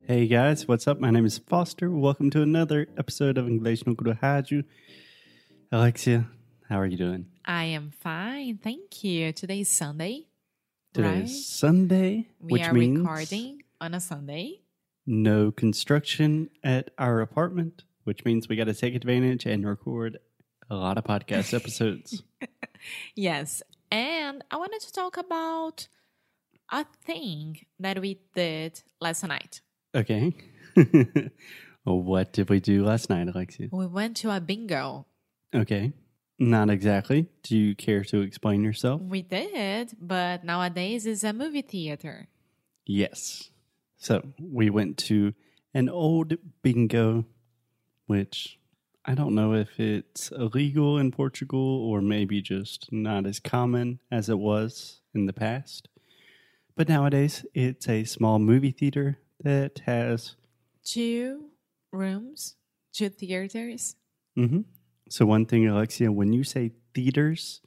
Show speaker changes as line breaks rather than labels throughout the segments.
Hey guys, what's up? My name is Foster. Welcome to another episode of English no Kuro Haju. Alexia, how are you doing?
I am fine, thank you. Today is Sunday.
Today
Right.
is Sunday,
We
which
are
means
recording on a Sunday.
no construction at our apartment, which means we got to take advantage and record a lot of podcast episodes.
Yes. And I wanted to talk about a thing that we did last night.
okay. what did we do last night, Alexia?
We went to a bingo.
Okay. Not exactly. Do you care to explain yourself?
We did, but nowadays it's a movie theater.
Yes. So we went to an old bingo, which I don't know if it's illegal in Portugal or maybe just not as common as it was in the past. But nowadays, it's a small movie theater that has.
Two rooms, two theaters.
hmm So, one thing, Alexia, when you say theaters,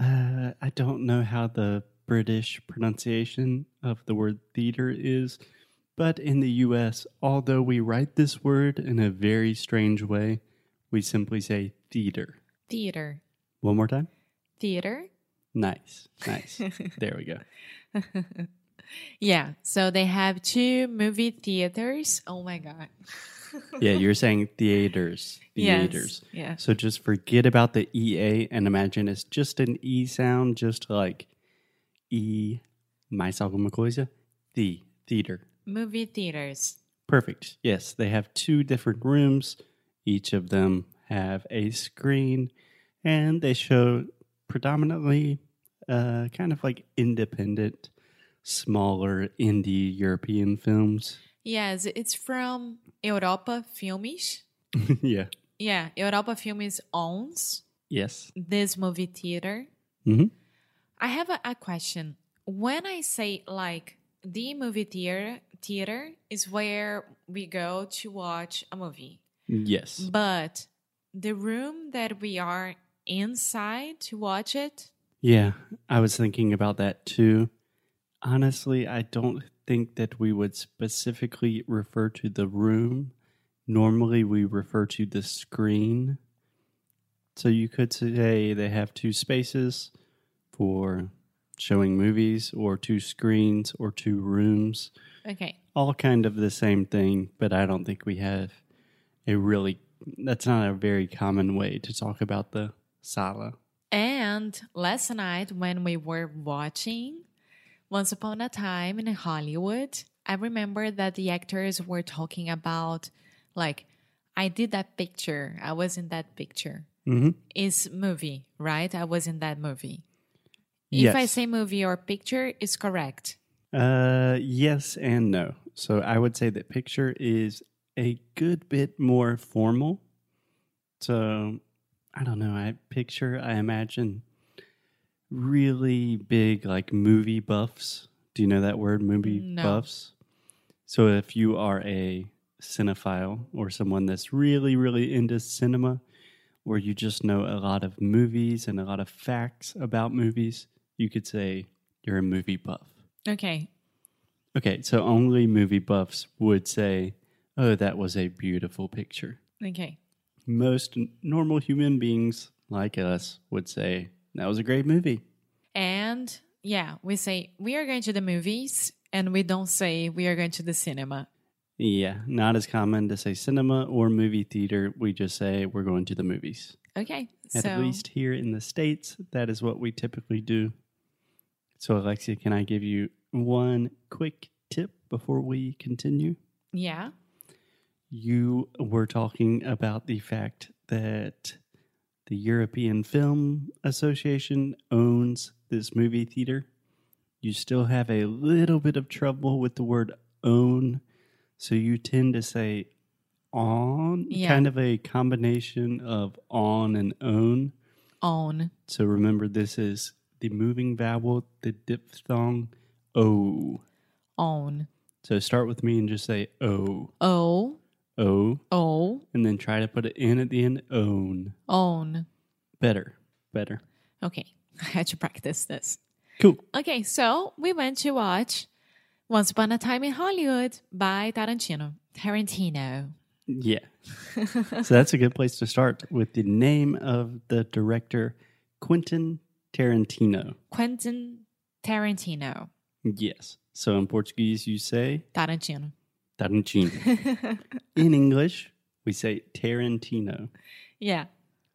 uh, I don't know how the British pronunciation of the word theater is, but in the US, although we write this word in a very strange way, we simply say theater.
Theater.
One more time.
Theater.
Nice. Nice. there we go.
yeah. So they have two movie theaters. Oh my God.
Yeah, you're saying theaters. Theaters.
Yes. Yeah.
So just forget about the EA and imagine it's just an E sound, just like E, myself and McCoyza, the theater.
Movie theaters.
Perfect. Yes, they have two different rooms. Each of them have a screen and they show predominantly uh, kind of like independent, smaller indie European films.
Yes, it's from Europa Filmes.
yeah.
Yeah, Europa Filmes owns
Yes.
this movie theater.
Mhm.
I have a, a question. When I say like the movie theater, theater is where we go to watch a movie,
Yes.
but the room that we are inside to watch it.
Yeah, I was thinking about that too. Honestly, I don't think that we would specifically refer to the room. Normally, we refer to the screen. So you could say they have two spaces for showing movies, or two screens, or two rooms.
Okay.
All kind of the same thing, but I don't think we have a really, that's not a very common way to talk about the sala.
And last night, when we were watching Once Upon a Time in Hollywood, I remember that the actors were talking about, like, I did that picture. I was in that picture.
Mm-hmm.
It's movie, right? I was in that movie. If I
Yes.
say movie or picture, it's correct.
Uh, yes and no. So I would say that picture is a good bit more formal. So I don't know. I picture, I imagine really big, like movie buffs. Do you know that word, movie
No.
buffs? So if you are a cinephile or someone that's really, really into cinema, or you just know a lot of movies and a lot of facts about movies, you could say you're a movie buff.
Okay.
Okay, so only movie buffs would say, "Oh, that was a beautiful picture."
Okay.
Most n- normal human beings like us would say, "That was a great movie."
And yeah, we say we are going to the movies and we don't say we are going to the cinema.
Yeah, not as common to say cinema or movie theater. We just say we're going to the movies.
Okay.
At
so
least here in the states, that is what we typically do. So, Alexia, can I give you one quick tip before we continue?
yeah.
you were talking about the fact that the European Film Association owns this movie theater. You still have a little bit of trouble with the word own, so you tend to say on,
Yeah.
kind of a combination of on and own.
Own.
So remember, this is the moving vowel, the diphthong, o.
Own.
So start with me and just say o,
O
o,
O
and then try to put it in at the end. Own
own.
better, better.
Okay, I had to practice this.
Cool.
Okay, so we went to watch Once Upon a Time in Hollywood by Tarantino. Tarantino.
Yeah. so that's a good place to start with the name of the director, Quentin Tarantino.
Quentin Tarantino.
Yes. So in Portuguese, you say
Tarantino.
Tarantino. in English, we say Tarantino.
yeah.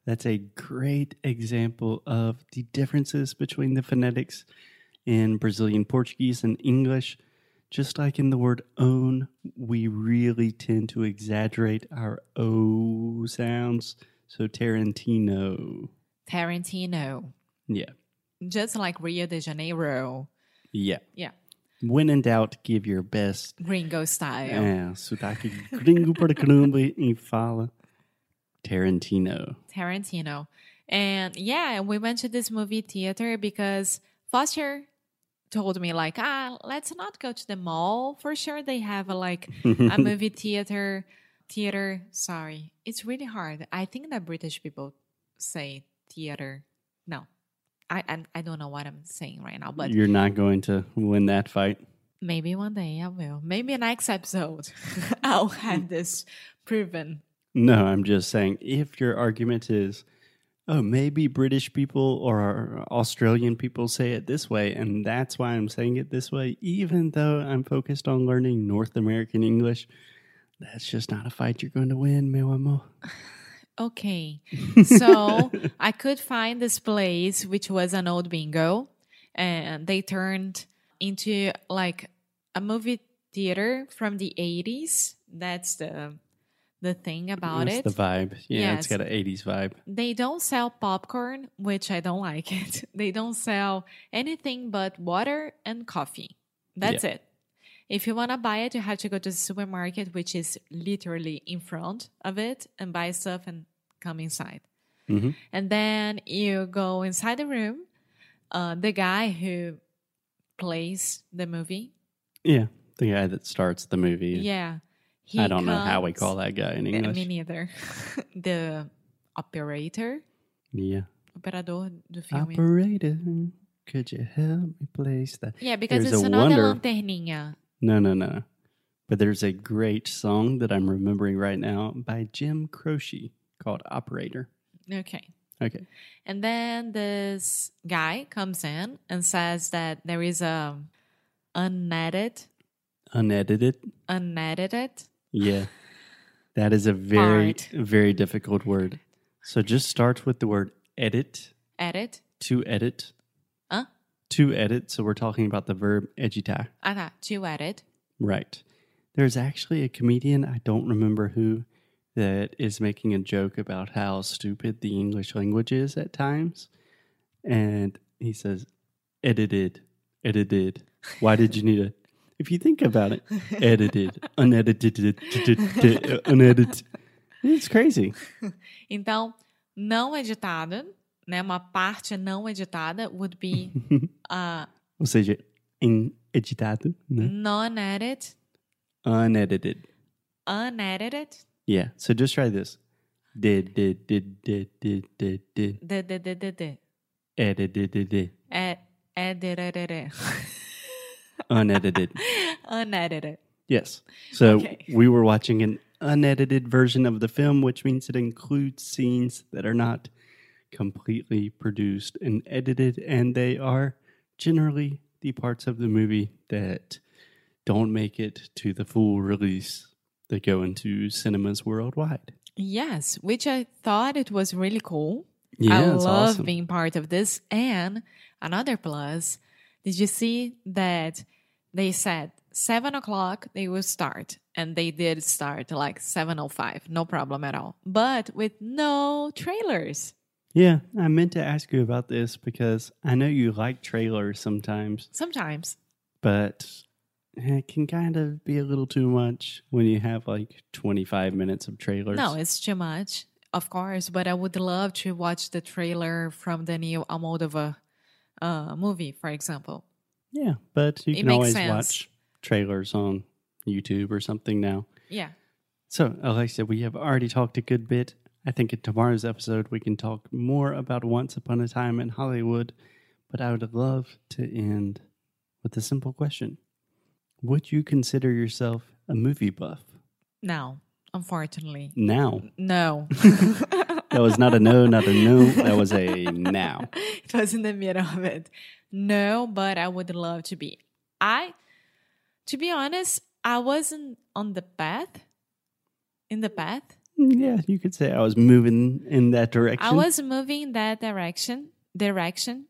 That's a great example of the differences between the phonetics in Brazilian Portuguese and English. Just like in the word own, we really tend to exaggerate our O sounds. So Tarantino.
Tarantino.
Yeah.
Just like Rio de Janeiro.
Yeah.
Yeah.
When in doubt, give your best.
Gringo style.
É, sotaque gringo para caramba e fala Tarantino.
Tarantino. And yeah, we went to this movie theater because Foster told me like, ah, let's not go to the mall. For sure they have a like a movie theater theater, sorry. It's really hard. I think that British people say theater. No. I I, I don't know what I'm saying right now, but
You're not going to win that fight.
maybe one day I will. Maybe next episode I'll have this proven.
No, I'm just saying if your argument is, oh, maybe British people or Australian people say it this way, and that's why I'm saying it this way, even though I'm focused on learning North American English, that's just not a fight you're going to win, meu amor.
Okay. So I could find this place, which was an old bingo, and they turned into like a movie theater from the 80s. That's the the thing about
that's
it.
the vibe. Yeah, it's
Yes.
got an 80s vibe.
they don't sell popcorn, which I don't like it. They don't sell anything but water and coffee. That's it. If you want to buy it, you have to go to the supermarket, which is literally in front of it, and buy stuff and come inside.
Mhm.
And then you go inside the room. Uh, the guy who plays the movie,
Yeah, the guy that starts the
yeah,
movie.
he
I don't know how we
comes-
call that guy in
Uh,
English.
Me neither. the operator,
yeah.
operador do filme.
Operator, could you help me place that?
Yeah, because
There's
it's
a wonder-
another lanterninha.
No, no, no. But there's a great song that I'm remembering right now by Jim Croce called Operator.
Okay.
Okay.
And then this guy comes in and says that there is a unedited,
Unedited.
unedited.
Yeah. That is a very,
Fart.
very difficult word. So just start with the word edit,
Edit.
to edit,
Huh?
to edit. So we're talking about the verb editar.
Ah, tá. To edit.
Right. There's actually a comedian, I don't remember who, that is making a joke about how stupid the English language is at times. And he says, edited, edited. Why did you need a. If you think about it, edited, unedited, unedited. It's crazy.
Então, não editada, né? Uma parte não editada would be uh, a
Ou seja, em- editado, né?
non-edit,
unedited.
unedited.
Yeah. So just try this. Did, did, did, did, did, did, did,
De, de, de, de, de.
edited, did, did.
E- edited.
unedited.
unedited.
yes. So
Okay.
we were watching an unedited version of the film, which means it includes scenes that are not completely produced and edited, and they are generally the parts of the movie that don't make it to the full release. They go into cinemas worldwide.
Yes, which I thought it was really cool.
Yeah,
I
it's
love
awesome.
being part of this. And another plus, did you see that they said seven o'clock they will start, and they did start like seven o five, no problem at all, but with no trailers.
yeah, I meant to ask you about this because I know you like trailers sometimes.
Sometimes,
but it can kind of be a little too much when you have like 25 minutes of trailers.
no, it's too much, of course. But I would love to watch the trailer from the new Almodovar uh, movie, for example.
yeah, but you
It
can
makes
always
sense.
watch trailers on YouTube or something now.
Yeah,
So, Alexa, we have already talked a good bit. I think in tomorrow's episode, we can talk more about Once Upon a Time in Hollywood, but I would love to end with a simple question Would you consider yourself a movie buff
No, unfortunately.
now?
No.
That was not a no, not a no. That was a now.
It was in the middle of it. No, but I would love to be. I, to be honest, I wasn't on the path. In the path,
Yeah, you could say I was moving in that direction.
I was moving in that direction. Direction.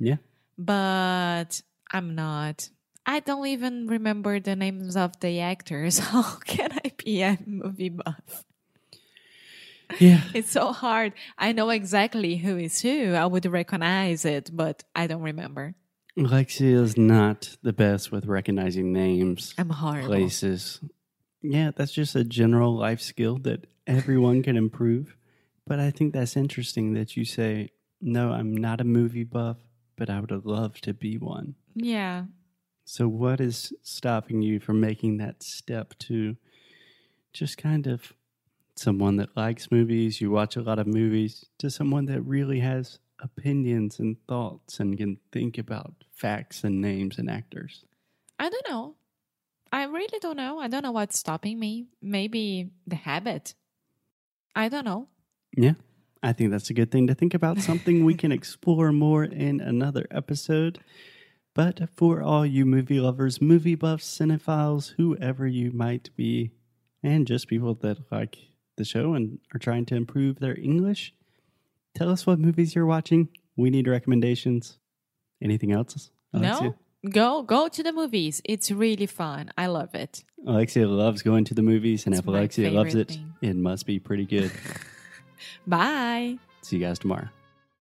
Yeah.
But I'm not. I don't even remember the names of the actors. How can I be a movie buff?
Yeah.
It's so hard. I know exactly who is who. I would recognize it, but I don't remember.
Alexia is not the best with recognizing names,
I'm horrible.
places. Yeah, that's just a general life skill that everyone can improve. But I think that's interesting that you say, no, I'm not a movie buff, but I would love to be one.
Yeah.
So, what is stopping you from making that step to just kind of someone that likes movies, you watch a lot of movies, to someone that really has opinions and thoughts and can think about facts and names and actors?
I don't know. I really don't know. I don't know what's stopping me. Maybe the habit. I don't know.
I think that's a good thing to think about, something we can explore more in another episode. But for all you movie lovers, movie buffs, cinephiles, whoever you might be, and just people that like the show and are trying to improve their English, tell us what movies you're watching. We need recommendations. Anything else? Alexia?
No. Go go to the movies. It's really fun. I love it.
Alexia loves going to the movies, and
It's
if
my
Alexia loves
favorite
it,
thing.
it must be pretty good.
Bye.
See you guys tomorrow.